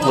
我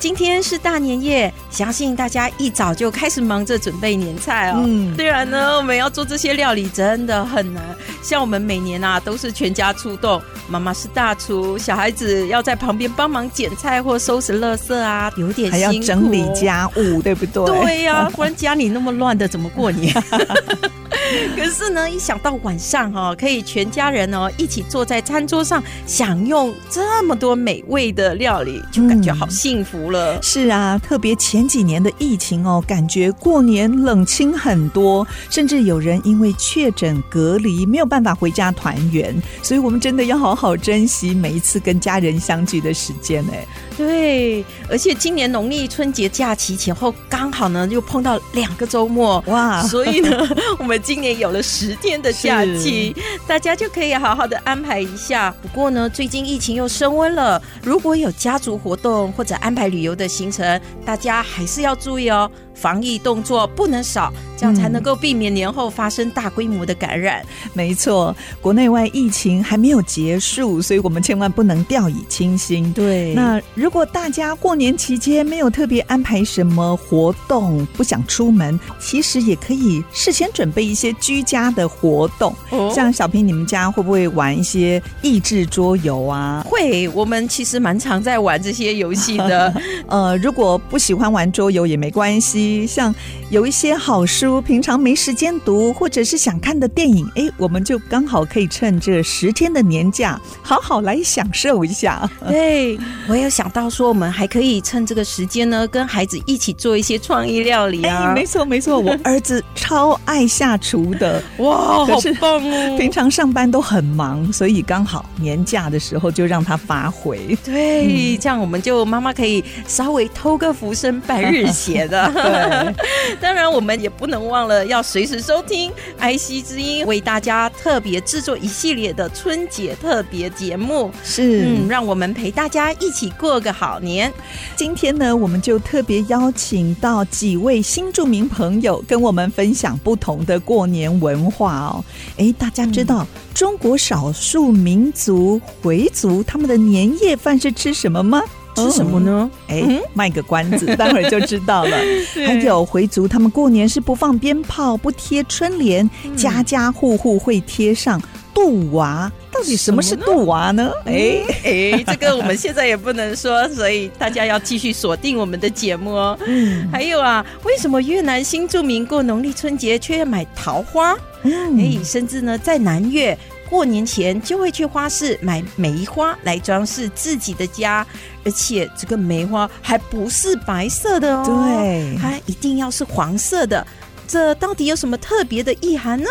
今天是大年夜，相信大家一早就开始忙着准备年菜哦。嗯虽然呢，我们要做这些料理真的很难，像我们每年啊都是全家出动，妈妈是大厨，小孩子要在旁边帮忙捡菜或收拾垃圾啊，有点还要辛苦哦整理家务，对不对？对呀、不然家里那么乱的，怎么过年？ 可是呢，一想到晚上哈、哦，可以全家人哦一起坐在餐桌上，享用这么多美味的料理，就感觉好幸福了。是啊，特别前几年的疫情哦，感觉过年冷清很多，甚至有人因为确诊隔离没有办法回家团圆，所以我们真的要好好珍惜每一次跟家人相聚的时间哎。对，而且今年农历春节假期前后，刚好呢又碰到两个周末。哇，所以呢，我们今年有了十天的假期，大家就可以好好的安排一下。不过呢，最近疫情又升温了，如果有家族活动或者安排旅游的行程，大家还是要注意哦，防疫动作不能少，这样才能够避免年后发生大规模的感染。没错，国内外疫情还没有结束，所以我们千万不能掉以轻心。对那如果大家过年期间没有特别安排什么活动，不想出门，其实也可以事先准备一些居家的活动。哦像小平，你们家会不会玩一些益智桌游啊？会，我们其实蛮常在玩这些游戏 的。 呃，如果不喜欢玩桌游也没关系，像有一些好书，平常没时间读，或者是想看的电影，哎，我们就刚好可以趁这十天的年假，好好来享受一下。 对，我有想到说，我们还可以趁这个时间呢，跟孩子一起做一些创意料理啊 哎，。没错没 错，我儿子超爱下厨的，哇，可好是棒哦！平常上班都很忙，所以刚好年假的时候就让他发挥。对，这样我们就妈妈可以稍微偷个浮生半日闲 的。当然我们也不能忘了要随时收听 IC 之音，为大家特别制作一系列的春节特别节目。是嗯，让我们陪大家一起过个好年。今天呢，我们就特别邀请到几位新著名朋友，跟我们分享不同的过年文化哦。诶，大家知道、中国少数民族回族他们的年夜饭是吃什么吗？吃什么？呢？哎、嗯卖个关 子，待会儿就知道了。对还有回族，他们过年是不放鞭炮、不贴春联，家家户户会贴上杜娃。到底什么是什么杜娃呢？哎、哎，这个我们现在也不能说，所以大家要继续锁定我们的节目哦。嗯，还有啊，为什么越南新住民过农历春节却要买桃花？嗯哎，甚至呢，在南越过年前就会去花市买梅花来装饰自己的家，而且这个梅花还不是白色的哦，对它一定要是黄色的。这到底有什么特别的意涵呢？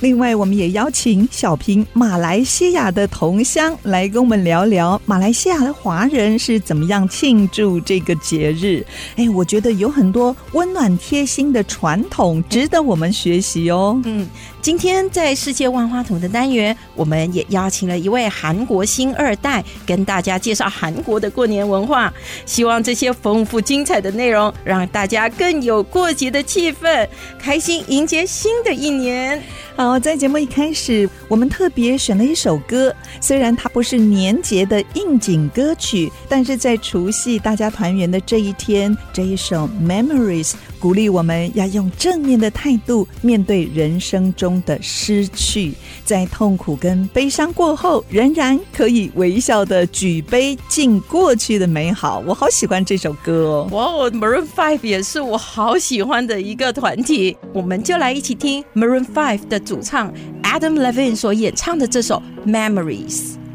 另外，我们也邀请小平马来西亚的同乡来跟我们聊聊马来西亚的华人是怎么样庆祝这个节日。哎，我觉得有很多温暖贴心的传统值得我们学习哦。嗯，今天在世界万花筒的单元，我们也邀请了一位韩国新二代，跟大家介绍韩国的过年文化。希望这些丰富精彩的内容，让大家更有过节的气氛，开心迎接新的一年。好，在节目一开始，我们特别选了一首歌，虽然它不是年节的应景歌曲，但是在除夕大家团圆的这一天，这一首《Memories》鼓励我们要用正面的态度面对人生中的失去，在痛苦跟悲伤过后，仍然可以微笑的举杯敬过去的美好。我好喜欢这首歌哦。哇哦，Maroon Five 也是我好喜欢的一个团体，我们就来一起听 Maroon Five 的主唱 Adam Levine 所演唱的这首《Memories》。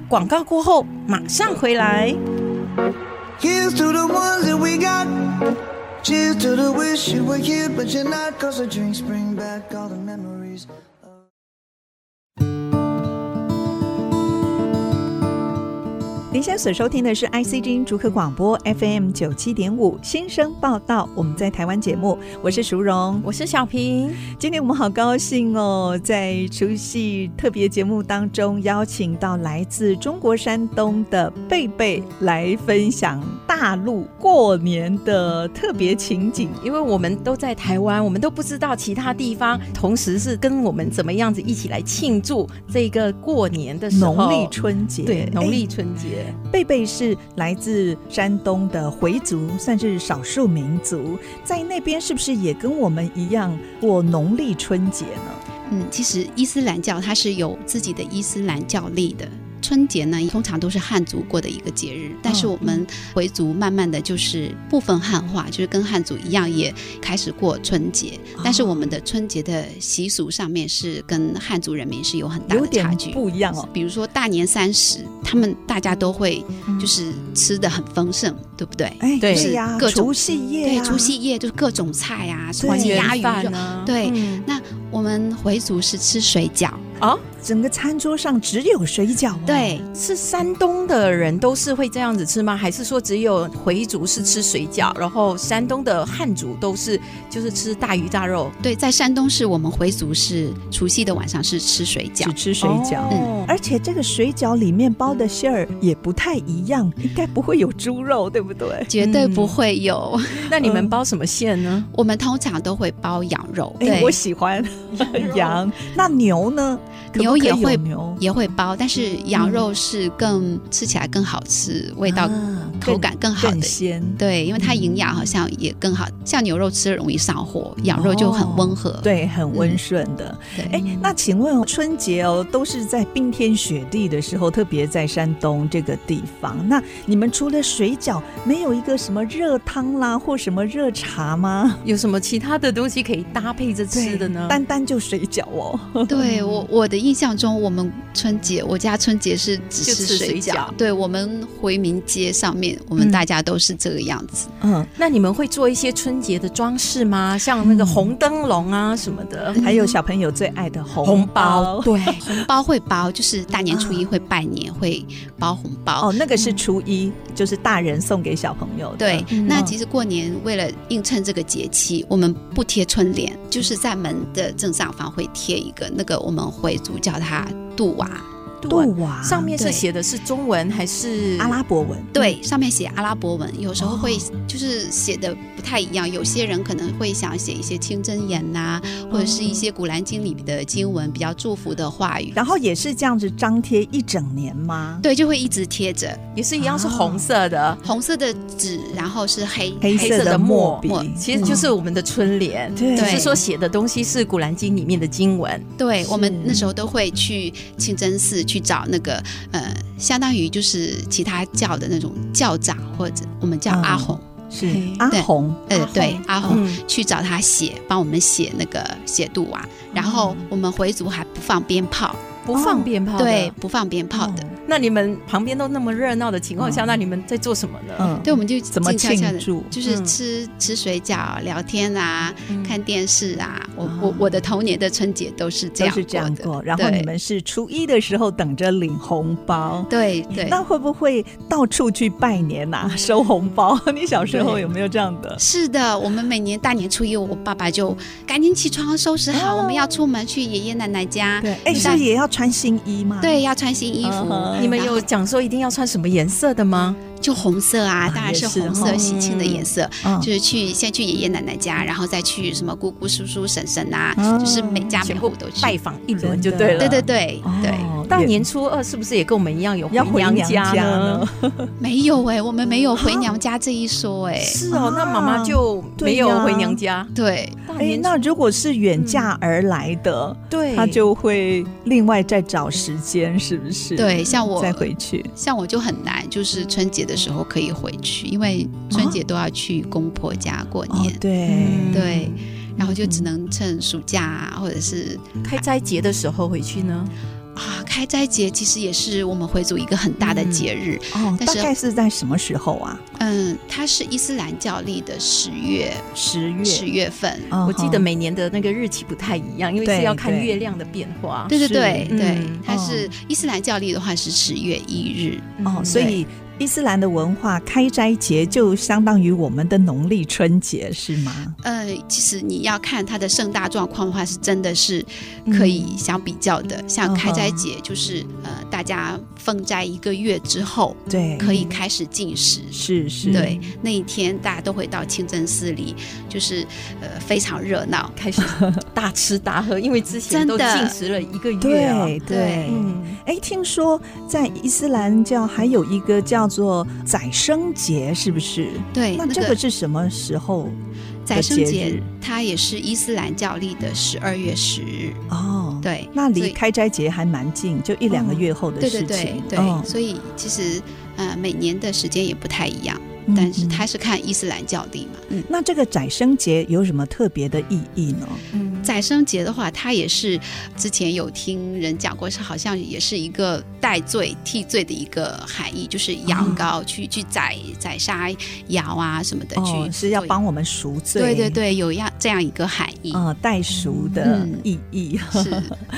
广告过后马上回来。 Here's to the ones that we got. Cheers to the wish you were here, but you're not. Cause the drinks bring back all the memories. 您现在所收听的是 IC 之音逐客广播 FM 九七点五新生报道，我们在台湾节目，我是淑荣。我是小平，今天我们好高兴哦，在除夕特别节目当中邀请到来自中国山东的贝贝来分享大陆过年的特别情景。因为我们都在台湾，我们都不知道其他地方，同时是跟我们怎么样子一起来庆祝这个过年的时候，农历春节，对农历哎春节，贝贝是来自山东的回族，算是少数民族，在那边是不是也跟我们一样过农历春节呢？嗯，其实伊斯兰教它是有自己的伊斯兰教历的。春节呢，通常都是汉族过的一个节日，但是嗯我们回族慢慢的就是部分汉化，就是跟汉族一样也开始过春节，但是我们哦的春节的习俗上面是跟汉族人民是有很大有的差点距。不一样哦。比如说大年三十，他们大家都会就是吃的很丰盛，对不对？嗯哎，对对呀，各种除夕夜啊对，呀除夕夜就是各种菜啊，什对么团圆鸭圆鱼饭肉。呢，对嗯那我们回族是吃水饺，嗯整个餐桌上只有水饺哦。对，是山东的人都是会这样子吃吗？还是说只有回族是吃水饺，然后山东的汉族都是就是吃大鱼大肉？对，在山东是我们回族是除夕的晚上是吃水饺只，吃水饺。哦而且这个水饺里面包的馅儿也不太一样，应该不会有猪肉，对不对？绝对嗯不会有。 嗯那你们包什么馅呢？我们通常都会包羊肉，哎，对我，喜 欢 羊，那牛呢？可不牛可以也会有牛，也会包，但是羊肉是更、吃起来更好吃，味道、嗯啊口感更好更的。鲜。对，因为它营养好像也更好，像牛肉吃了容易上火，羊肉就很温和。哦对，很温嗯顺的。对，哎、那请问哦春节哦，都是在冰天雪地的时候，特别在山东这个地方。那你们除了水饺，没有一个什么热汤啦，或什么热茶吗？有什么其他的东西可以搭配着吃的呢？ 单单就水饺哦。 对我我的印象中，我们春节，我家春节是只就吃吃水水饺饺。对，我们回民街上面，我们嗯大家都是这个样子。嗯，那你们会做一些春节的装饰吗？像那个红灯笼啊什么的， 还有小朋友最爱的红红包对，红包会包，就是大年嗯初一会拜年，会包红包。哦，那个是初一，就是大人送给小朋友的。对，嗯那其实过年为了映衬这个节气，我们不贴春联，就是在门的正上方会贴一个那个我们回族叫它杜瓦，杜瓦上面是对写的是中文还是阿拉伯文，嗯对，上面写阿拉伯文，有时候会哦就是写的不太一样，有些人可能会想写一些清真言呐、哦或者是一些古兰经里的经文比较祝福的话语，哦然后也是这样子张贴一整年吗？对，就会一直贴着也是一样是红色的？红色的纸，然后是黑黑黑色色的的墨笔，嗯墨其实就是我们的春联，对只是说写的东西是《古兰经》里面的经文。对，我们是那时候都会去清真寺去找那个呃，相当于就是其他教的那种教长，或者我们叫嗯阿红，是对阿红，呃，对，阿红、嗯去找他写，帮我们写那个写杜瓦、然后嗯我们回族还不放鞭炮，不放鞭炮的。哦对，不放鞭炮的，那你们旁边都那么热闹的情况下，嗯那你们在做什么呢？嗯，对，我们就怎么静悄悄庆的。祝？就是嗯吃、吃水饺、聊天啊、嗯看电视啊。我、啊我我的童年的春节都是这都样是这样过的过，然后你对们是初一的时候等着领红包。对对，那会不会到处去拜年呐、收红包？ 你小时候有没有这样的？是的，我们每年大年初一，我爸爸就赶紧起床收拾好，哦我们要出门去爷爷奶奶家。对，哎，那是不是也要穿新衣吗？，对，要穿新衣服。嗯哼你们然后有讲说一定要穿什么颜色的吗？就红色啊，啊当然是也是红哦色喜庆的颜色，嗯就是去先去爷爷奶奶家，然后再去什么姑姑、叔叔、婶婶啊，嗯就是每家每户都去。拜访一轮就真的对了。对对对对，哦到也年初二是不是也跟我们一样有要回娘娘家呢？呢， 没有哎、我们没有回娘家这一说哎、是哦，啊那妈妈就没有对呀回娘家。对，大哎，年初那如果是远嫁而来的，对，他就会另外再找时间，是不是？对像我再回去。像我就很难，就是春节的时候可以回去，因为春节都要去公婆家过哦年，，对，对，然后就只能趁暑假啊，或者是开斋节的时候回去呢。啊，开斋节其实也是我们回族一个很大的节日。哦，但大是概是在什么时候啊？嗯，它是伊斯兰教历的十月十月十月份。嗯我记得哼每年的那个日期不太一样，因为对是要看对月亮的变化。对对对是对嗯，它是伊斯兰教历的话是十月一日。哦，所以伊斯兰的文化开斋节就相当于我们的农历春节是吗？呃，其实你要看它的盛大状况的话，是真的是可以相比较的。像开斋节，就是呃，大家奉斋一个月之后，对，可以开始进食。是是，对，那一天大家都会到清真寺里，就是呃非常热闹。开始大吃大喝，因为之前真都的进食了一个月啊。对对对。嗯，哎，听说在伊斯兰教还有一个叫做宰生节，是不是？对，嗯那这个是什么时候？宰生节日节，它也是伊斯兰教历的十二月十日。哦，，对，那所离以嗯开斋节还蛮近，就一两个月后的对对事对情。对，哦所以其实呃每年的时间也不太一样，嗯但是嗯它是看伊斯兰教历嘛。嗯，那这个宰生节有什么特别的意义呢？宰生节的话，它也是之前有听人讲过，是好像也是一个戴罪替罪的一个含义，哦就是羊羔、去去宰宰杀羊啊什么的，去哦是要做一帮我们赎罪。对嗯对。对，有一样这样一个含义。呃，代赎的嗯意义， 是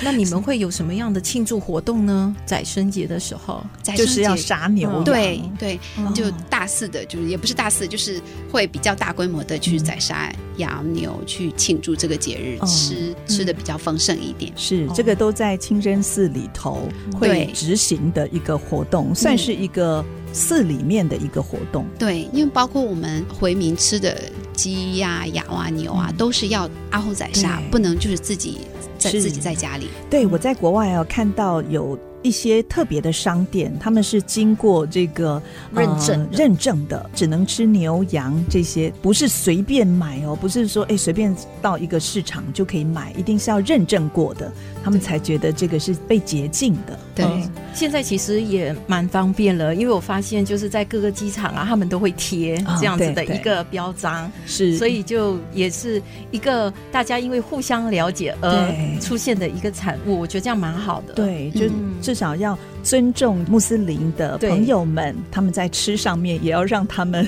那你们会有什么样的庆祝活动呢？宰生节的时候，宰就生是要节杀牛羊。对对，就哦大肆的，就是也不是大肆，就是会比较大规模的去宰杀羊牛，去庆祝这个节日，哦吃吃的比较丰盛一点。是这个都在清真寺里头会哦嗯对嗯执行的一个活动，算是一个寺里面的一个活动。对，因为包括我们回民吃的鸡呀、羊啊、牛啊，都是要阿訇宰杀对，不能就是自己在是自己在家里。对我在国外哦，看到有一些特别的商店，他们是经过这个呃认证的认证的，只能吃牛羊这些，不是随便买哦，不是说哎随便到一个市场就可以买，一定是要认证过的，他们才觉得这个是被洁净的。对嗯现在其实也蛮方便了，因为我发现就是在各个机场啊，他们都会贴啊这样子的对对一个标章，是，所以就也是一个大家因为互相了解对而出现的一个产物，我觉得这样蛮好的。，对，就嗯至少要尊重穆斯林的对朋友们，他们在吃上面也要让 他们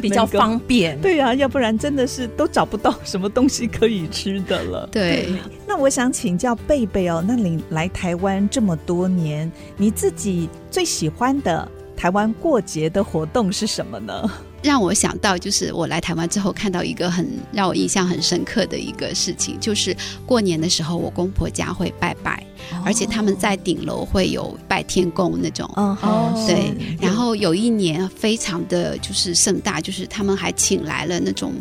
比较能够方便。对啊，要不然真的是都找不到什么东西可以吃的了。对，那我想请教贝贝哦，那你来台湾这么多年，你自己最喜欢的台湾过节的活动是什么呢？让我想到就是我来台湾之后看到一个很让我印象很深刻的一个事情，就是过年的时候我公婆家会拜拜，哦而且他们在顶楼会有拜天公那种。嗯，哦是对，然后有一年非常的就是盛大，就是他们还请来了那种，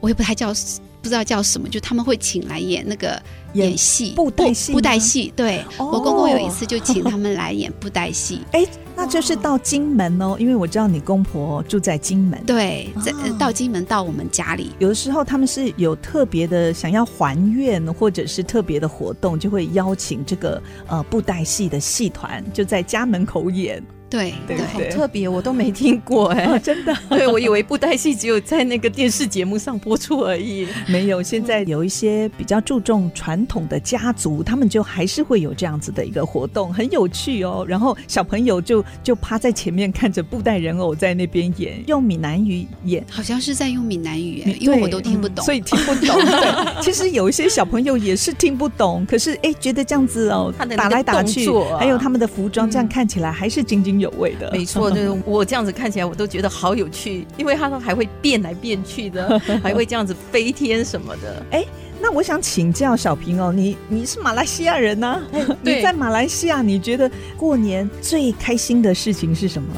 我也不太叫不知道叫什么，就他们会请来演那个演演戏布袋戏布袋吗戏。对、哦我公公有一次就请他们来演布袋戏，哎，那就是到金门哦，因为我知道你公婆住在金门。对，在呃哦到金门到我们家里有的时候他们是有特别的想要还愿，或者是特别的活动，就会邀请这个呃布袋戏的戏团就在家门口演，对对好特别，我都没听过哎、 哦、真的对，我以为布袋戏只有在那个电视节目上播出而已。没有。现在有一些比较注重传统的家族，他们就还是会有这样子的一个活动，很有趣哦。然后小朋友就就趴在前面看着布袋人偶在那边演，用闽南语演。好像是在用闽南语耶，嗯因为我对都听不懂。所以听不 懂。对，其实有一些小朋友也是听不懂，可是哎，觉得这样子哦，他的那打个来打去动作，啊还有他们的服装，这样看起来还是津津有味的。没 错，就是我这样子看起来，我都觉得好有趣，因为他们还会变来变去 的，还会这样子飞天什么的。那我想请教小平哦，你你是马来西亚人呐、哎对你在马来西亚，你觉得过年最开心的事情是什么？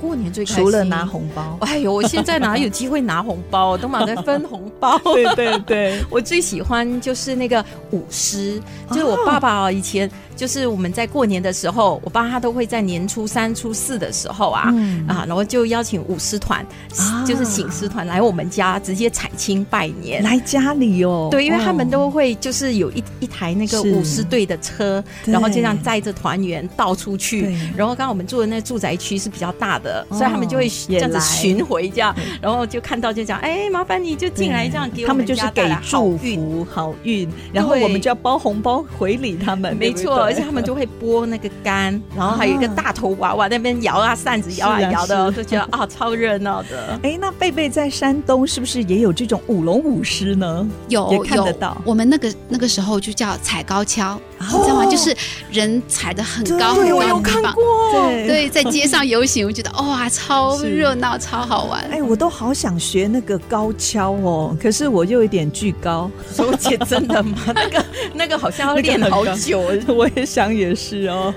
过年最开心，，除了拿，红包哎呦，我现在哪有机会拿红包，都忙在分红包。对对 对，我最喜欢就是那个舞狮，就是我爸爸哦以前就是我们在过年的时候，我爸他都会在年初三、初四的时候啊，嗯啊，然后就邀请舞狮团，啊就是醒狮团来我们家直接采青拜年。来家里哦，对，因为他们哦都会就是有一一台那个是舞狮队的车，对然后就这样载着团员到处去对。然后刚刚我们住的那个住宅区是比较大的，哦所以他们就会这样也来子巡回这样，然后就看到就讲，哎，麻烦你就进来对这样给我嗯他们就是家给带来好啊祝运。福好运，然后我们就要包红包回礼他们，没对不错，而且他们就会剥那个干，然后还有一个大头娃娃那边摇啊扇子摇啊是啊摇的哦，是都觉得啊超热闹 的。哎，那贝贝在山东是不是也有这种舞龙舞狮呢？有也有，看得到哦我们那个那个时候就叫踩高跷，你知道吗？就是人踩得很高很对高我有的地方。过对，在街上游行，我觉得哇，超是热闹，超好玩。哎，我都好想学那个高跷哦，可是我又有点巨 高，周姐真的吗？那个那个好像要练好久。我也想也是哦。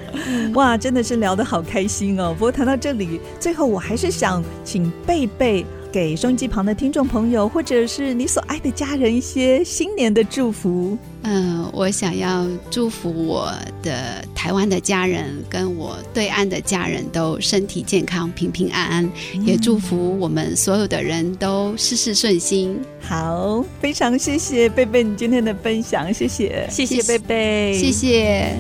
哇，真的是聊得好开心哦。不过谈到这里，最后我还是想请贝贝给收音机旁的听众朋友，或者是你所爱的家人一些新年的祝福。嗯，我想要祝福我的台湾的家人跟我对岸的家人都身体健康、平平安安，也嗯祝福我们所有的人都事事顺心。好，非常谢谢贝贝你今天的分享，谢谢。谢谢贝谢贝，谢谢。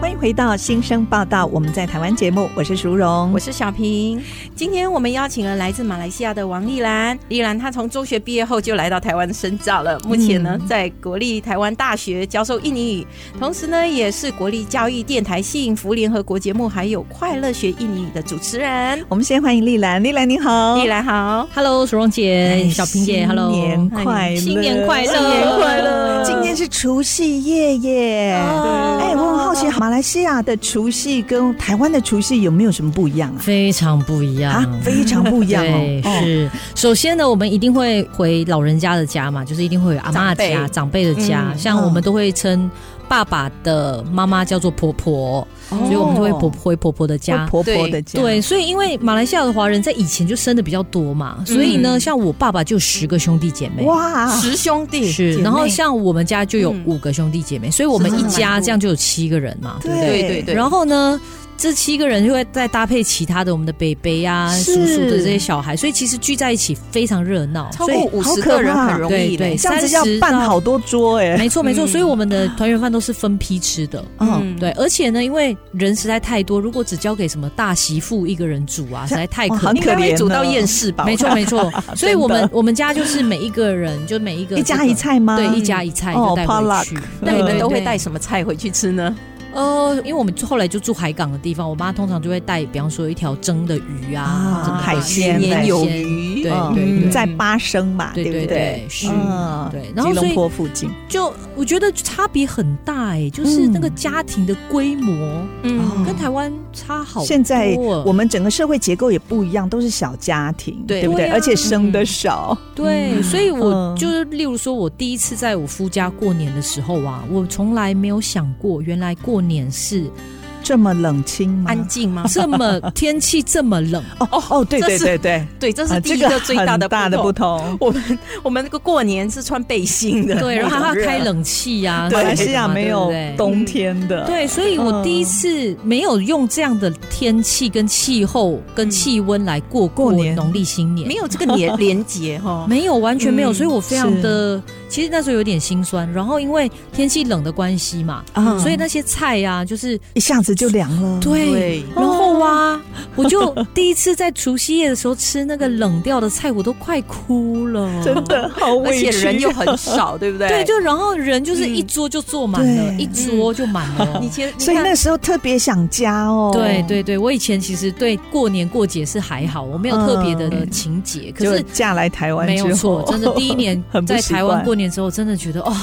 欢迎回到新生报道，我们在台湾节目，我是淑荣，我是小平，今天我们邀请了来自马来西亚的王丽兰。丽兰她从中学毕业后就来到台湾深造了，目前呢、在国立台湾大学教授印尼语，同时呢也是国立教育电台幸福联合国节目还有快乐学印尼语的主持人。我们先欢迎丽兰，丽兰你好，丽兰好， Hello，淑荣姐哎，小平姐新，Hello，年哎快乐新年快乐，新年快乐今天是除夕夜耶！哦哎，我很好奇，马来西亚的除夕跟台湾的除夕有没有什么不一样啊？非常不一样。啊，非常不一样对哦，。哦，是。首先呢，我们一定会回老人家的家嘛，就是一定会有阿妈长辈家、长辈的家。嗯像我们都会称爸爸的妈妈叫做婆婆，所以我们就会婆回婆婆的家家。哦婆婆的家，对，所以因为马来西亚的华人在以前就生的比较多嘛，所以呢，嗯像我爸爸就十个兄弟姐妹，哇，十兄弟是，姐然后妹像我们家就有嗯五个兄弟姐妹，所以我们一是蛮家多这样就有七个人嘛，对不对？对对对，然后呢，这七个人就会再搭配其他的我们的北北啊、是叔叔的这些小孩，所以其实聚在一起非常热闹。超所以过五好十可个人怕很容易对的对，这样子30要办到好多桌哎， 没错没错，嗯所以我们的团圆饭都是分批吃的。嗯，对，而且呢，因为人实在太多，如果只交给什么大媳妇一个人煮啊，实在太哇可很怜。应该可怜哦会呢煮到厌世吧？没错 没错，所以我们我们家就是每一个人就每一个一这家个一菜吗？对一家一菜就带哦回去。那你们对都会对带什么菜回去吃呢？呃，因为我们后来就住海港的地方，我妈通常就会带，比方说一条蒸的鱼啊啊，怎么海鲜海年鲜有余，对嗯对你们对在八生嘛，对不对对？对，是，嗯，对然后吉所以隆坡附近，就我觉得差别很大哎，就是那个家庭的规模嗯跟台湾差好多哦。现在我们整个社会结构也不一样，都是小家庭，对不对？对啊而且生的少，对，所以我嗯就是例如说，我第一次在我夫家过年的时候啊，我从来没有想过，原来过年是这么冷清吗？安静吗？这 么天气这么冷。哦哦，对这对是对对，对，这啊是第一这个最大的很大的不不同。同。我们我们那个过年是穿背心的，对，然后还要开冷气呀、啊，啊马来西亚没有对不对嗯冬天的，对，所以嗯我第一次没有用这样的天气、跟气候、跟气温来过嗯过年农历新年， 没有这个连连结哈。没有完全没有，嗯所以我非常的，其实那时候有点心酸。然后因为天气冷的关系嘛，啊所以那些菜呀、就是一下子就凉了。对，然后啊，我 就第一次在除夕夜的时候吃那个冷掉的菜，我都快哭了，真。的好而委且屈。人又很少，对不对？对，就然后人就是一桌就坐满了，嗯一桌就满了 哦。你其实所以那时候特别想家哦。对对对，我以前其实对过年过节是还好，我没有特别的嗯呃情节，可就是嫁来台湾没之后有错，真的第 一年很不在习台湾惯过年之后，真的觉得哦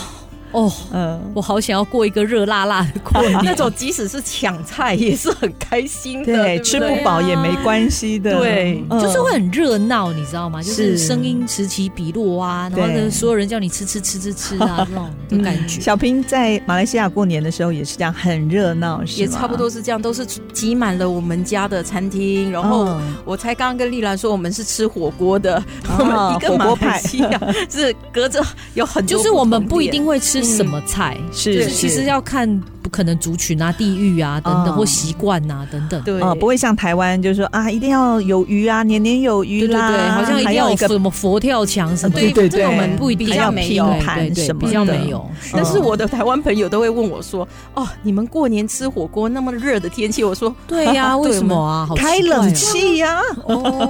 哦，嗯，我好想要过一个热辣辣的过年。那种即使是抢菜也是很开心的，对，不吃不饱也没关系的。对嗯就是会很热闹，你知道吗？就是是声音此起彼落啊，然后对呢，所有人叫你吃吃吃吃吃啊，这种这种 感觉。小平在马来西亚过年的时候也是这样，很热闹，是也吗差不多。是这样，都是挤满了我们家的餐厅，然后嗯我才刚刚跟丽兰说，我们是吃火锅的，哦啊我们一个马火锅派来西亚 是隔着有很多同店，就嗯是我们不一定会吃什么菜，是对其实要看不可能族群啊、地域啊等等，嗯或习惯啊等等。对啊、不会像台湾，就是说啊，一定要有余啊，年年有余对对啦，对，好像一定还要有有一个什么佛跳墙什么的，对对对这个我们不一定比还较要没拼有对盘对什对，么比较的没有。但是嗯 我的台湾朋友都会问我说：“哦，你们过年吃火锅那么热的天气，我说对呀，为什么啊？好开奇怪哦冷气啊呀、哦，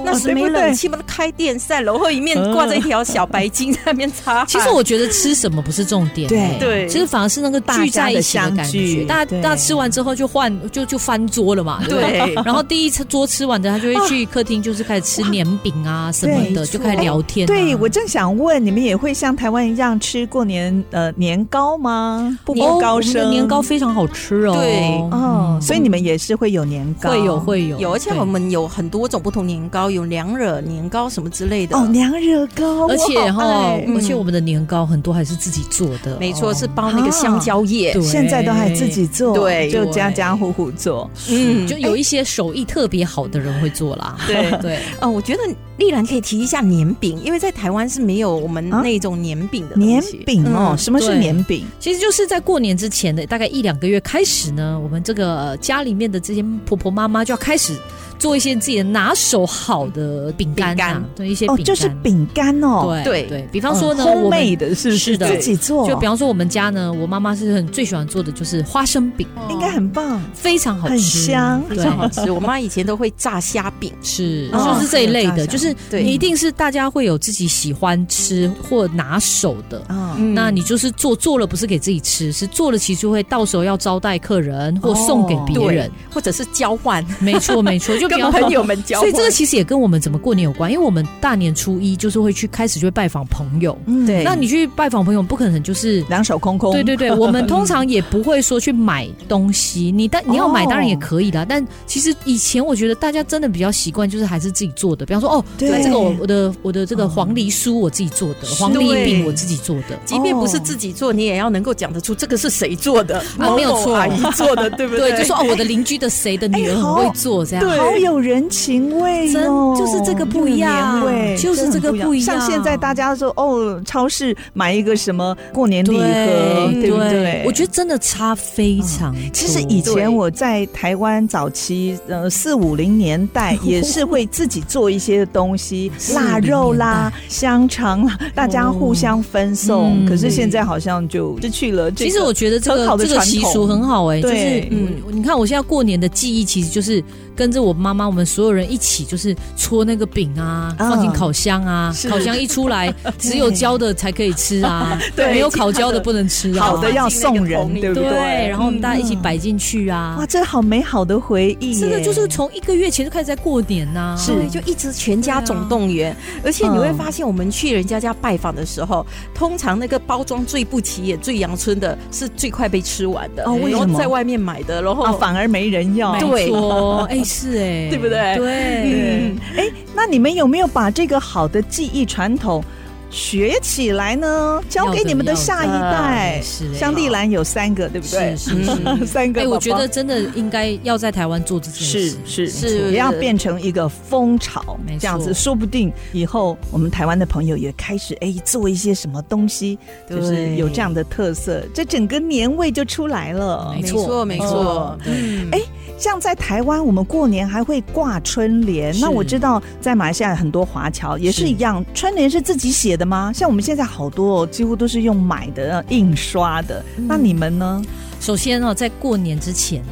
那是对没不对冷气，不是开电扇，然后一面挂着一条小白巾在那边擦汗。其实我觉得吃什么不是重点，对哎对其实反而是那个聚在一起的感大家的相聚觉。大家对大家吃完之后就换就就翻桌了嘛，不对 然后第一次桌吃完的，他就会啊去客厅，就是开始吃年饼啊什么对的，就开始聊天啊。对，我正想问，你们也会像台湾一样吃过年呃年糕吗？步哦步高我们的升、年糕非常好吃哦。对哦，所以你们也是会有年糕，会有会有有，而且对我们有很多种不同年糕，有凉惹年糕什么之类的。哦娘惹糕，哎而且哦哈、哈，嗯而且我们的年糕很多还是自己做的，没错，哦是包那个啊香蕉叶对。现在都还自己做，对就家家户户做。嗯就有一些手艺特别好的人会做 啦。对对，哦，我觉得丽兰可以提一下年饼，因为在台湾是没有我们啊那种年饼的东年西饼哦，嗯什么是对年饼？其实就是在过年之前的大概一两个月开始呢，我们这个呃家里面的这些婆婆妈妈就要开始做一些自己的拿手好的饼干、啊，饼干对一些饼哦，干，就是饼干哦，嗯对对对，比方说呢，烘我们焙的是不是的自己做，就比方说我们家呢，我妈妈是很最喜欢做的就是花生饼，应该很棒。非常好吃，很香对非常好吃。我妈以前都会炸虾饼，是，哦就是这一类是有的，炸就是对你一定是大家会有自己喜欢吃或拿手的。啊、嗯那你就是做做了，不是给自己吃，是做了，其实就会到时候要招待客人或送给别人。或者是交换，没错，没错，就比哦跟方朋友们交所换。以这个其实也跟我们怎么过年有关，因为我们大年初一就是会去开始就会拜访朋友，嗯对那你去拜访朋友不可能就是。两手空空，对对对，我们通常也不会说去买东西，你但你要买哦当然也可以啦。但其实以前我觉得大家真的比较习惯，就是还是自己做的。比方说，哦，对哦这个我我的我的这个黄梨酥我自己做的，黄梨饼我自己做的，即便不是自己做，你也要能够讲得出这个是谁做的，啊某没有某错阿姨做的，对不对，对，就说哦，我的邻居的谁的女儿哎很好会做这样，好有人情味真哦，就是这个不一样那个年味就是这个真的不一样像现在大家说哦，超市买一个什么过年礼盒，对对不对？哦我觉得真的差非常多。其实嗯以前我在台湾早期，呃，四五零年代 也是会自己做一些东西，腊肉啦、香肠啦，大家互相分送。哦嗯可是现在好像就失去了这个。其实我觉得这很好个的这个习传统俗很好哎、就是对嗯，你看我现在过年的记忆，其实就是跟着我妈妈，我们所有人一起就是搓那个饼啊，嗯放进烤箱啊，是烤箱一出 来，只有焦的才可以吃啊，对没有烤焦的不能吃啊，好的要送人，对不对，然后我们大家一起嗯摆进去啊哇，，这好美好的回忆耶。这个就是从一个月前就开始在过年呐、哎是对，就一直全家总动员，而且你会发现，我们去人家家拜访的时候，通常那个包装最不起眼、最阳春的，是最快被吃完的。哦然为什后么在外面买的，然后、啊，反而没人要。没错，哎、是 哎、对不对对。嗯，哎，那你们有没有把这个好的记忆传统学起来呢？交给你们的下一代要的要的。是像丽兰有三个，对不对？是是 是三个哎、宝宝。我觉得真的应该要在台湾做这件事，是是也要变成一个风潮没，错这样子，说不定以后我们台湾的朋友也开始哎做一些什么东西，对就是有这样的特色，这整个年味就出来了。没错错，没错哦对嗯哎像在台湾，我们过年还会挂春联。是那我知道在马来西亚很多华侨也是一样，春联是自己写的吗？像我们现在好多哦，几乎都是用买的、印刷的。嗯那你们呢？首先呢、在过年之前。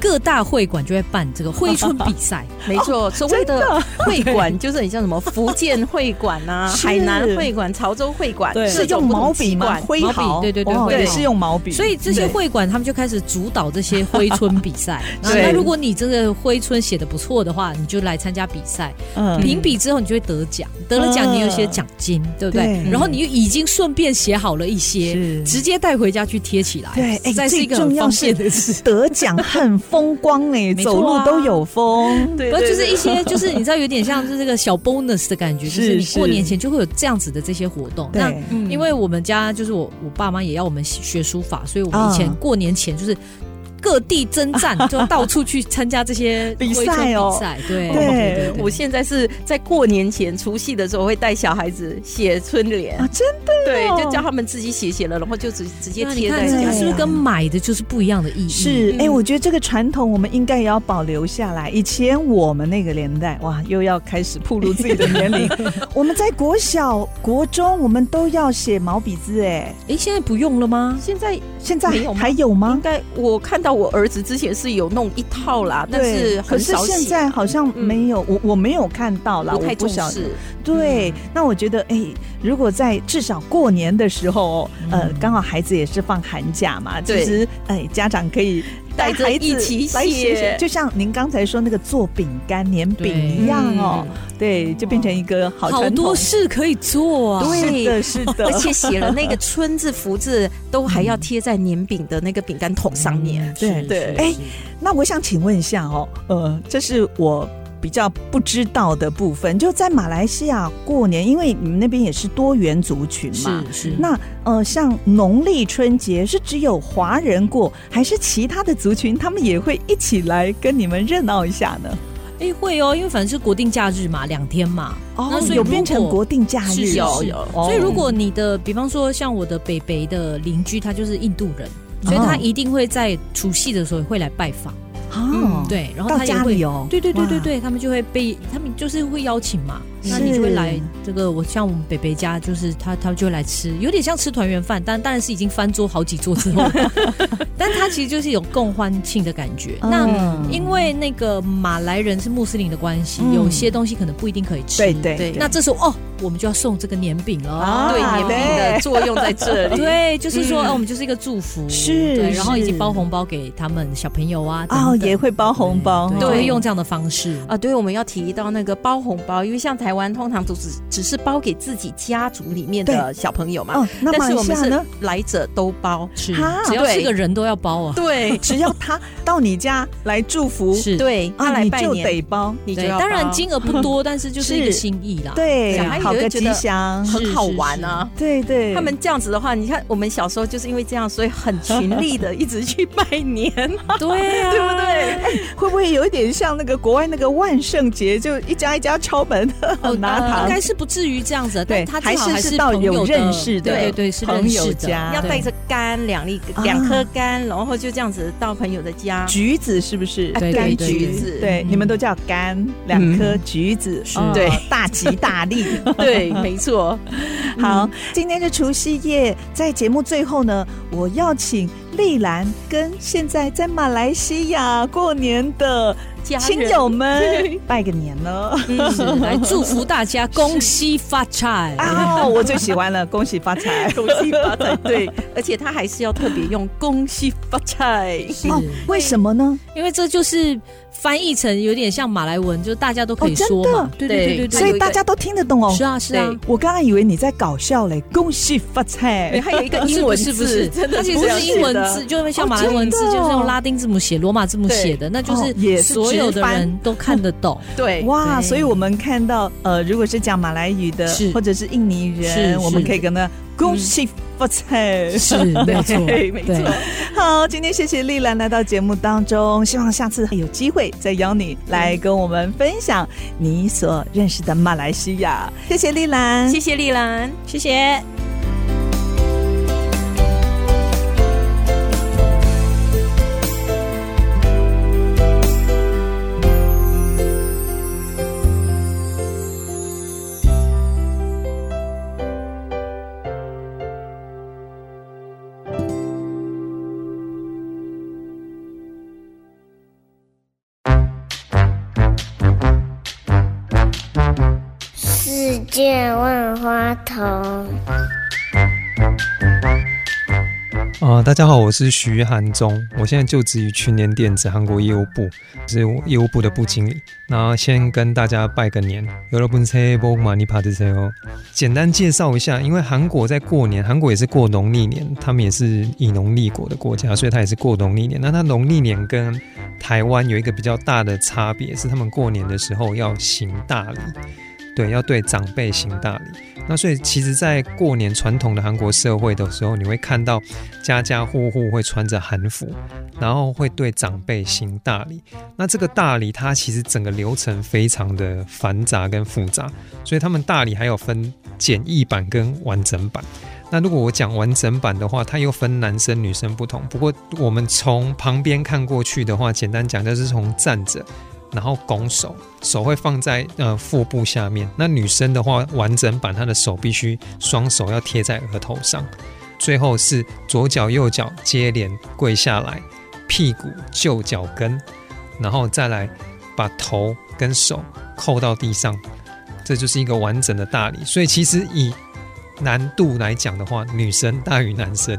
各大会馆就会办这个挥春比赛，没错，所谓的 会馆就是你像什么福建会馆啊、是海南会馆、潮州会馆，对各是种用不同毛笔习吗？惯挥毫，毛笔对对对哦挥毫也是用毛笔。所以这些对会馆他们就开始主导这些挥春比 赛。那对那如果你这个挥春写的不错的话，你就来参加比赛。嗯评比之后，你就会得奖，得了奖你有一些奖金，对不对对？然后你就已经顺便写好了一些是，直接带回家去贴起来。对，实在哎，是最一个很重方要便是的得奖很风光哎，没错啊走路都有风。对不对就是一些，就是你知道，有点像是这个小 bonus 的感觉，就是你是过年前就会有这样子的这些活动。那对，嗯因为我们家就是我我爸妈也要我们学书法，所以我们啊以前过年前就是。各地征战， 就到处去参加这些比徽州赛哦比赛对对我现在是在过年前除夕的时候会带小孩子写春联，啊，真的对，就叫他们自己写写了，然后就直直接那你贴看在这家个家是不里是。跟买的就是不一样的意义？是嗯哎、我觉得这个传统我们应该也要保留下来。以前我们那个年代，哇，又要开始暴露自己的 年龄。我们在国小、国中，我们都要写毛笔字，哎，哎，现在不用了吗？现在现在没有吗还有应吗？该我看到我儿子之前是有弄一套啦，但对是可很是少现写，嗯在好像没有，我我没有看到啦，不我太重晓得。视。嗯对，那我觉得，哎，如果在至少过年的时候哦，呃，刚好孩子也是放寒假嘛，其嗯对实，哎，家长可以带着孩子一起来写写写就像您刚才说那个做饼干、年饼一样哦，对，就变成一个好好传统多。事可以做啊！对，对是的，是而 的。且写了那个春字、福字，都还要贴在年饼的那个饼干桶上面。对对哎那我想请问一下哦，呃，这是我。比较不知道的部分，就在马来西亚过年，因为你们那边也是多元族群嘛，是是。那呃，像农历春节是只有华人过，还是其他的族群他们也会一起来跟你们热闹一下呢？哎会哦，因为反正是国定假日嘛，两天嘛。哦那所以有如果变成国定假是日是哦，是哦所以如果你的，比方说像我的北北的邻居，他就是印度人，所以他一定会在除夕的时候会来拜访。哦，嗯对，然后到他也家会里哦，对对对对哇，对，他们就会被他们就是会邀请嘛，那你是就会来这个我像我们北北家，就是他他就会来吃，有点像吃团圆饭，但当然是已经翻桌好几桌 之后，但他其实就是有共欢庆的感觉。那嗯因为那个马来人是穆斯林的关系，嗯有些东西可能不一定可以吃，对对对那这时候哦，我们就要送这个年饼了。啊对年饼的作用在这里。对，就是说，嗯哦，我们就是一个祝福，是对，然后以及是包红包给他们小朋友啊，哦等等也会包红包，嗯对，对就会哦用这样的方式啊，对，我们要提到那个包红包，因为像台湾通常都只只是包给自己家族里面的小朋友嘛，哦，那但马是来我西们亚是 呢？来者都包。是哈，只要是对个人都要包啊。对只要他到你家来祝福，是，对，他啊， 来你拜就年，得包，你就对，要当然包金额不 多，但是就是一个心意啦。对小孩，也好会个啊觉吉得祥，很好玩啊。对对，他们这样子的话，你看我们小时候就是因为这样，所以很群力 的一直去拜年，对啊，对 不对？会不会有一点像那个国外那个万圣节，就一家一家敲门 啊哦拿呃应糖？该是不至于这样子，啊对但他至少还是还是到朋友有认识的对对对，是朋认识友的家要啊对带着柑两粒啊两颗柑，然后就这样子到朋友的家。橘子是不是？对啊柑对对橘对子，对嗯对，嗯你们都叫柑，两颗橘子，是哦对，大吉大利。 对，没错。好，今天是除夕夜，在节目最后呢，我要请丽兰跟现在在马来西亚过年的家人亲 友们拜个年了。是来祝福大家恭喜发财。 啊，我最喜欢了，恭喜发财！恭喜发 财，对，而且他还是要特别用恭喜发财。是哦，为什么呢？因为这就是翻译成有点像马来文，就大家都可以哦真说的嘛。对对对对所对，以大家都听得懂哦。是啊是啊对。我刚刚以为你在搞笑嘞，恭喜发财对，！还有一个英文字，不是不是真的它其不实是英文字，就会像马来文字，哦真就的哦是用拉丁字母写、罗马字母写的，那就哦也是是所有的直翻人都看得懂。对，哇， 对所以我们看到呃，如果是讲马来语的是或者是印尼是人，我们是可以跟他恭喜发财。是，没有错，对没错对 好，今天谢谢丽兰来到节目当中，希望下次有机会再邀你来跟我们分享你所认识的马来西亚。谢谢丽兰，谢谢丽兰，谢谢。世界万花筒。啊、大家好，我是徐寒中，我现在就职于去年电子韩国业务部，是业务部的部经理。那先跟大家拜个年，여러분새해복많이받으세요。简单介绍一下，因为韩国在过年，韩国也是过农历年，他们也是以农立国的国家，所以它也是过农历年。那它农历年跟台湾有一个比较大的差别是，他们过年的时候要行大礼。对，要对长辈行大礼。那所以其实，在过年传统的韩国社会的时候，你会看到家家户户会穿着韩服，然后会对长辈行大礼。那这个大礼，它其实整个流程非常的繁杂跟复杂，所以他们大礼还有分简易版跟完整版。那如果我讲完整版的话，它又分男生女生不同。不过我们从旁边看过去的话，简单讲就是从站着，然后拱手，手会放在呃腹部下面。那女生的话，完整版她的手必须双手要贴在额头上，最后是左脚右脚接连跪下来，屁股就脚跟，然后再来把头跟手扣到地上，这就是一个完整的大礼。所以其实以难度来讲的话，女生大于男生，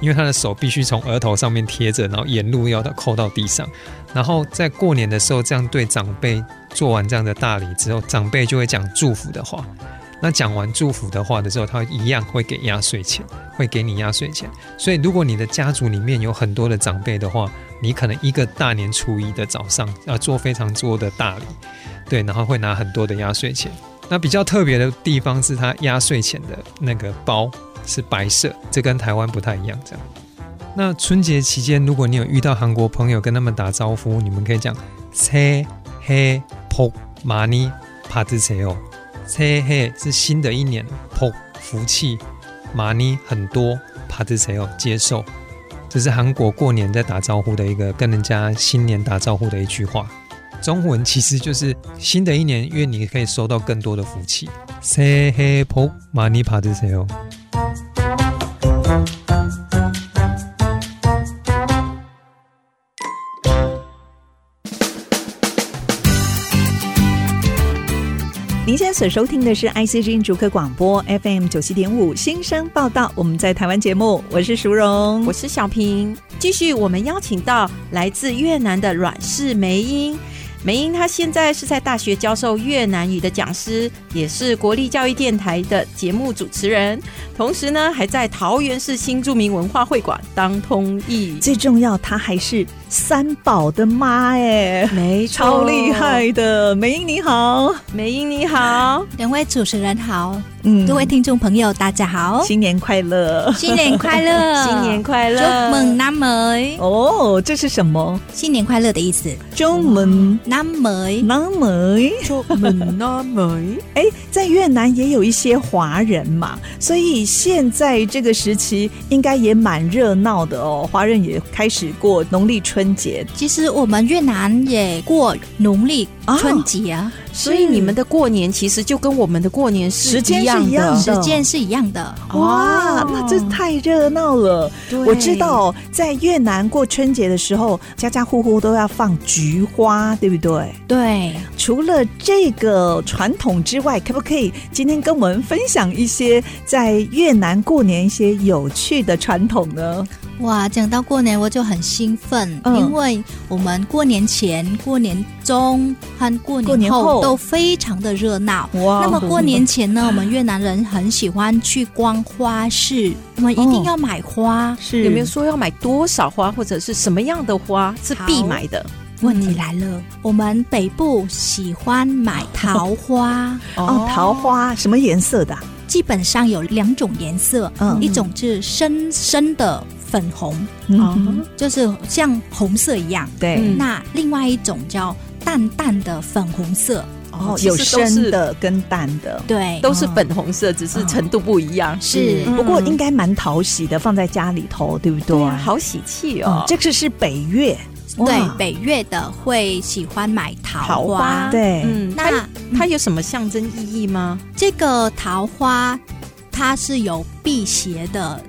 因为她的手必须从额头上面贴着，然后沿路要到扣到地上，然后在过年的时候这样对长辈做完这样的大礼之后，长辈就会讲祝福的话。那讲完祝福的话的时候，他一样会给压岁钱，会给你压岁钱。所以如果你的家族里面有很多的长辈的话，你可能一个大年初一的早上要做非常多的大礼，对，然后会拿很多的压岁钱。那比较特别的地方是，它压岁钱的那个包是白色，这跟台湾不太一样。这样。那春节期间，如果你有遇到韩国朋友，跟他们打招呼，你们可以讲“새해복많이받으세요”。새해是新的一年，복福气，많이很多，받으세요接受。这是韩国过年在打招呼的一个跟人家新年打招呼的一句话。中文其实就是新的一年，愿你可以收到更多的福气。새해복많이받으세요。您现在所收听的是 ICG 逐客广播 FM 九七点五新生报道，我们在台湾节目，我是淑荣我。是小平。继续，我们邀请到来自越南的阮氏梅英。梅英她现在是在大学教授越南语的讲师，也是国立教育电台的节目主持人，同时呢还在桃园市新著名文化会馆当通译。最重要，她还是三宝的妈哎，没错超厉！害的。梅英你好，梅英你好，两位主持人好，嗯各哦位听众朋友大家好，新年快乐新年快乐，新年快乐！祝梦南梅，哦！这是什么？新年快乐的意思，中嗯门南梅南门。祝梦南 梅，哎，在越南也有一些华人嘛，所以现在这个时期应该也蛮热闹的哦。华人也开始过农历春节，其实我们越南也过农历啊春节啊，所以你们的过年其实就跟我们的过年是时间一是样一样的的。时间是一样的。哇，哦那真太热闹了！对我知道，在越南过春节的时候，家家户户都要放菊花，对不对？对，除了这个传统之外，可不可以今天跟我们分享一些在越南过年一些有趣的传统呢？哇，讲到过年我就很兴奋，嗯因为我们过年前、过年中和过过年年后后都非常的热闹。哦哇那么过年前呢，我们越南人很喜欢去逛花市，我们一哦定要买花。是有没有说要买多少花，或者是什么样的花是必好买的？问题来了，我们北部喜欢买桃花，哦，桃花什么颜色的啊、基本上有两种颜色，嗯一种是深深的粉红，哦嗯嗯哼，就是像红色一样；对，嗯那另外一种叫淡淡的粉红色，哦，其有实都深是的跟淡的，对，哦都是粉红色，只是程度不一哦样。是不过应该蛮讨喜的，放在家里头，对不对？对啊，好喜气嗯哦！这个是北越，哇对北越的会喜欢买桃桃花花。对，哎嗯，那它它有什么象征意义吗？这个桃花，它是有辟邪的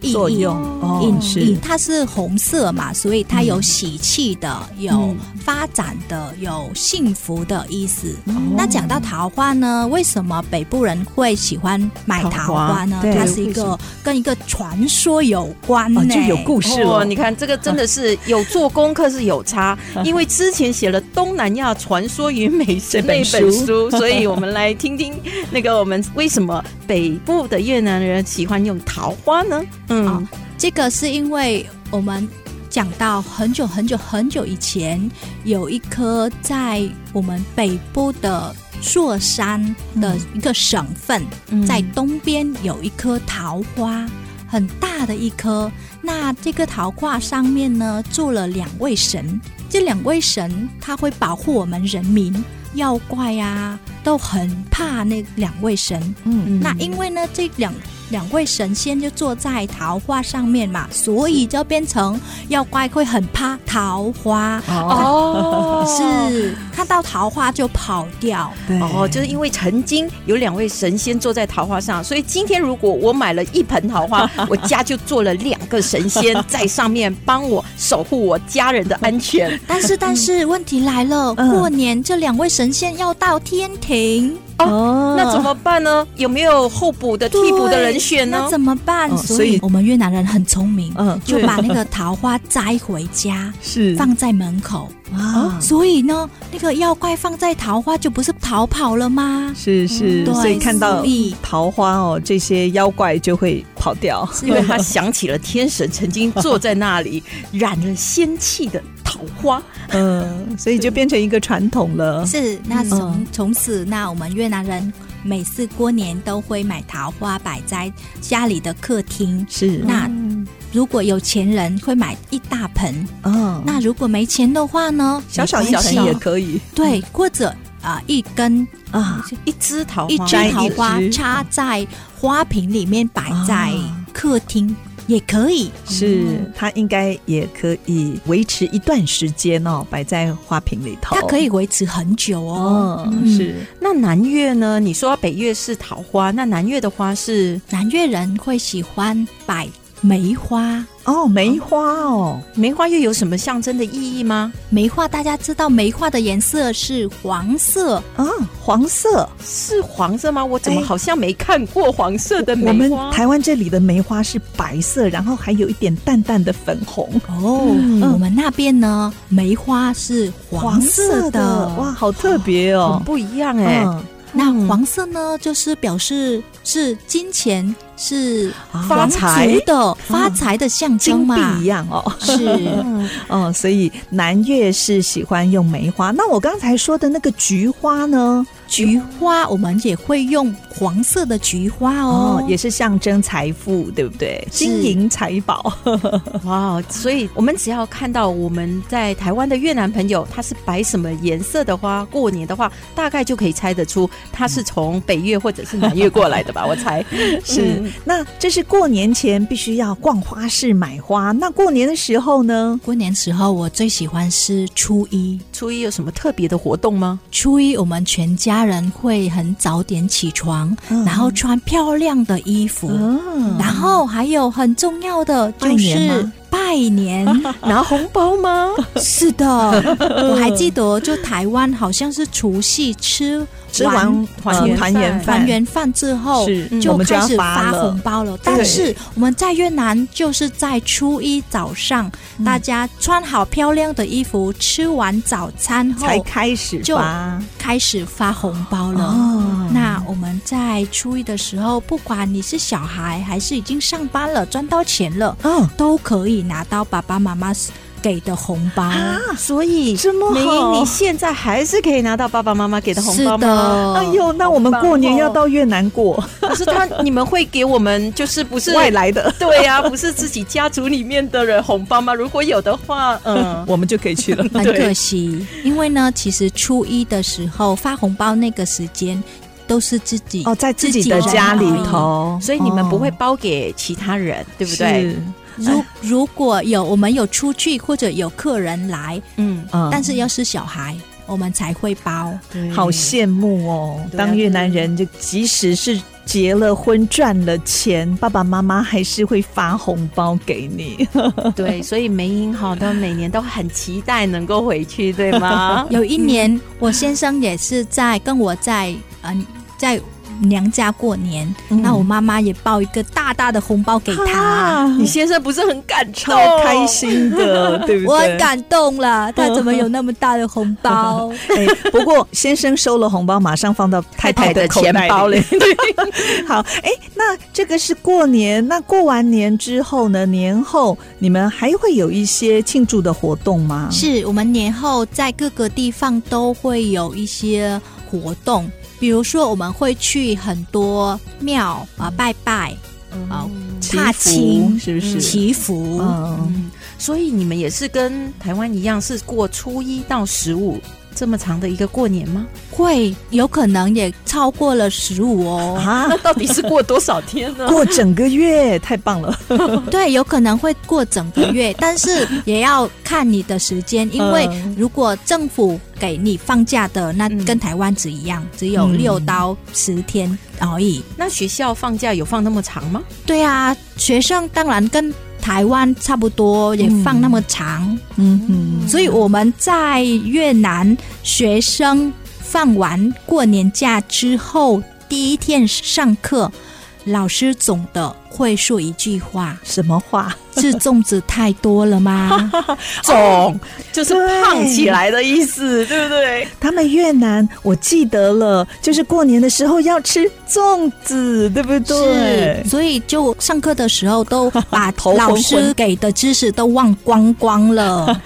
意义作用哦隐是隐它是红色嘛，所以它有喜气的、有嗯发展的、有幸福的意思。那讲到桃花呢，为什么北部人会喜欢买桃花呢？桃花对它是一个跟一个传说有关呢、哦，就有故事哦，了。你看这个真的是有做功课是有差，因为之前写了《东南亚传说与美食》这那本本书书，所以我们来听听那个我们为什么北部的越南人喜欢用桃花呢？嗯哦，这个是因为我们讲到很久很久很久以前，有一棵在我们北部的硕山的嗯一个省份，嗯在东边有一棵桃花，很大的一棵。那这个桃花上面呢，住了两位神，这两位神他会保护我们人民，妖怪啊都很怕那两位神。嗯，那因为呢，这两两位神仙就坐在桃花上面嘛，所以就变成妖怪会很怕桃花，哦 是看到桃花就跑掉。对，哦，就是因为曾经有两位神仙坐在桃花上，所以今天如果我买了一盆桃 花，我家就做了两个神仙在上面帮我守护我家人的安 全。但是但是问题来了，嗯过年这两位神仙要到天庭，哦那怎么办呢？有没有候补的替补的人选嗯对呢那？怎么办？哦所所以以我们越南人很聪明，嗯就把那个桃花摘回 家，是放哦在门口。嗯啊所以呢，那个妖怪放在桃花就不是逃跑了吗？是是，嗯嗯对所以看到所以桃花哦，这些妖怪就会跑 掉。因为他想起了天神曾经坐在那里，染了仙气的桃花。嗯，所以就变成一个传统了。是，那从、嗯从此，那我们越南人每次过年都会买桃花摆在家里的客厅。是那如果有钱人会买一大盆，嗯，那如果没钱的话呢，小小一没关系哦盆也可以对，或者啊、一根啊，一枝桃花，一摘枝一桃花枝插在花瓶里面，摆在啊哦客厅、也可以。是它应该也可以维持一段时间哦，摆在花瓶里头。它可以维持很久哦。哦，嗯是那南越呢？你说北越是桃花，那南越的花是南越人会喜欢摆梅花，哦，梅花哦，梅花，又有什么象征的意义吗？梅花大家知道，梅花的颜色是黄色，啊，黄色。是黄色吗？我怎么哎好像没看过黄色的梅我们哎花？台湾这里的梅花是白色，然后还有一点淡淡的粉红。哦，嗯我们那边呢，梅花是黄色的。哦哇，好特别哦很！不一样哎、嗯，那黄色呢，就是表示是金钱，是啊皇发财嗯族的发财的象征金币嘛一。样哦。是，哦，所以南越是喜欢用梅花。那我刚才说的那个菊花呢？菊花我们也会用黄色的菊花哦哦，，也是象征财富，对不对？金银财宝。嗯哇！所以我们只要看到我们在台湾的越南朋友，他是摆什么颜色的花，过年的话，大概就可以猜得出他是从北越或者是南越过来的吧？我 猜。嗯是，那这是过年前必须要逛花市买花。那过年的时候呢？过年时候我最喜欢是初一，初一有什么特别的活动吗？初一我们全家人会很早点起床，嗯然后穿漂亮的衣服。嗯然后还有很重要的拜就年是吗拜年， 拿红包吗？是的，我还记得，就台湾好像是除夕吃吃完团团圆团饭圆团饭，圆饭之后，是嗯我就们就开要始发发了红包了。但是我们在越南就是在初一早上，嗯大家穿好漂亮的衣服，吃完早餐后才开始就发。开始发红包了。哦那我们在初一的时候，不管你是小孩还是已经上班了赚到钱了，嗯，都可以拿到爸爸妈妈给的红包。啊啊所以这么梅好英，你现在还是可以拿到爸爸妈妈给的红是包吗？的，哎呦，那我们过年要到越南过，可是他你们会给我们就是不 是外？来的，，对呀、不是自己家族里面的人红包吗？如果有的话，嗯我们就可以去了。很可惜，因为呢，其实初一的时候发红包那个时间都是自己 哦，在自己的家里头，哎所以你们不会哦，包给其他人，对不对？是？如如果有我们有出去或者有客人来，嗯，嗯但是要是小孩，我们才会包。？好羡慕哦！对啊当越南人，就即使是结了婚、赚了钱，爸爸妈妈还是会发红包给 你。对，所以梅英好的每年都很期待能够回去，对吗有一年，我先生也是在跟我在嗯、在娘家过年，嗯那我妈妈也包一个大大的红包给啊 他。你先生不是很感超动，开心的，对 不对？我很感动了，他怎么有那么大的红 包？哎，不过先生收了红包，马上放到太太的口钱袋包里嘞。对，好，哎，那这个是过年，那过完年之后呢？年后你们还会有一些庆祝的活动吗？是我们年后在各个地方都会有一些活动，比如说我们会去很多庙啊、拜拜啊、踏青嗯祈福是不是？祈福。嗯， 所以你们也是跟台湾一样，是过初一到十五这么长的一个过年吗？会有可能也超过了十五哦，啊，那到底是过多少天呢？过整个月太棒了，对，有可能会过整个 月，但是也要看你的时间，因为嗯如果政府给你放假的，那嗯跟台湾只一样，只有嗯六到十天而已。 那学校放假有放那么长吗？对啊，学生当然跟台湾差不多，也放那么长，嗯嗯，所以我们在越南学生放完过年假之后，第一天上课，老师总的会说一句话。什么话？是粽子太多了 吗？肿就是对胖起来的意思，哦对不对？他们越南，我记得了，就是过年的时候要吃粽子，对不对是，？所以就上课的时候都把头昏昏老师给的知识都忘光光 了。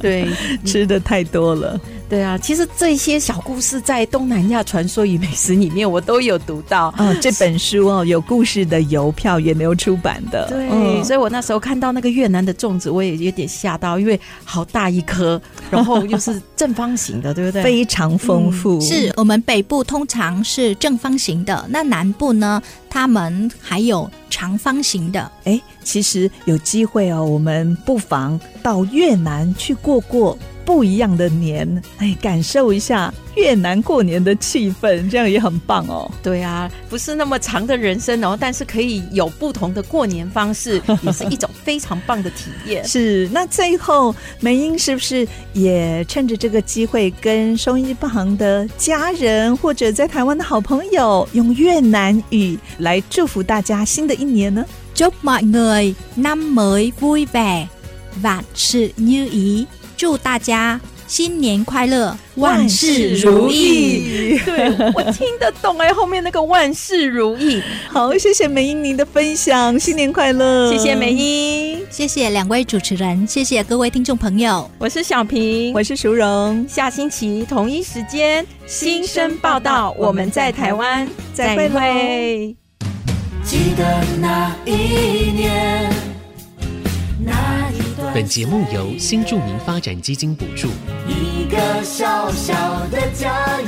对吃的太多了，对啊，其实这些小故事在《东南亚传说与美食》里面我都有读到。啊、这本书哦，有故事的邮票远流出版的，对，嗯所以我那时候看到那个越南的粽子，我也有点吓到，因为好大一颗，然后又是正方形的，对不对？ 非常丰富，嗯是我们北部通常是正方形的，那南部呢，他们还有长方形的。哎，其实有机会哦，我们不妨到越南去过过不一样的年，哎，感受一下越南过年的气氛，这样也很棒哦。对啊，不是那么长的人生哦，但是可以有不同的过年方 式，也是一种非常棒的体验。是，那最后梅英是不是也趁着这个机会，跟收音机旁的家人或者在台湾的好朋友，用越南语来祝福大家新的一年呢？ Chúc mọi người năm mới vui vẻ, vạn sự như ý。祝大家新年快乐，万事如意。！对 我听得懂哎，后面那个万事如意，好，谢谢梅英您的分享，新年快乐！谢谢美，英，谢谢两位主持人，谢谢各位听众朋友。我是小平，我是淑荣，下星期同一时间新生报道，我们在台湾再会喽会。记得那一年，那一段本节目由新著名发展基金补助。一个小小的家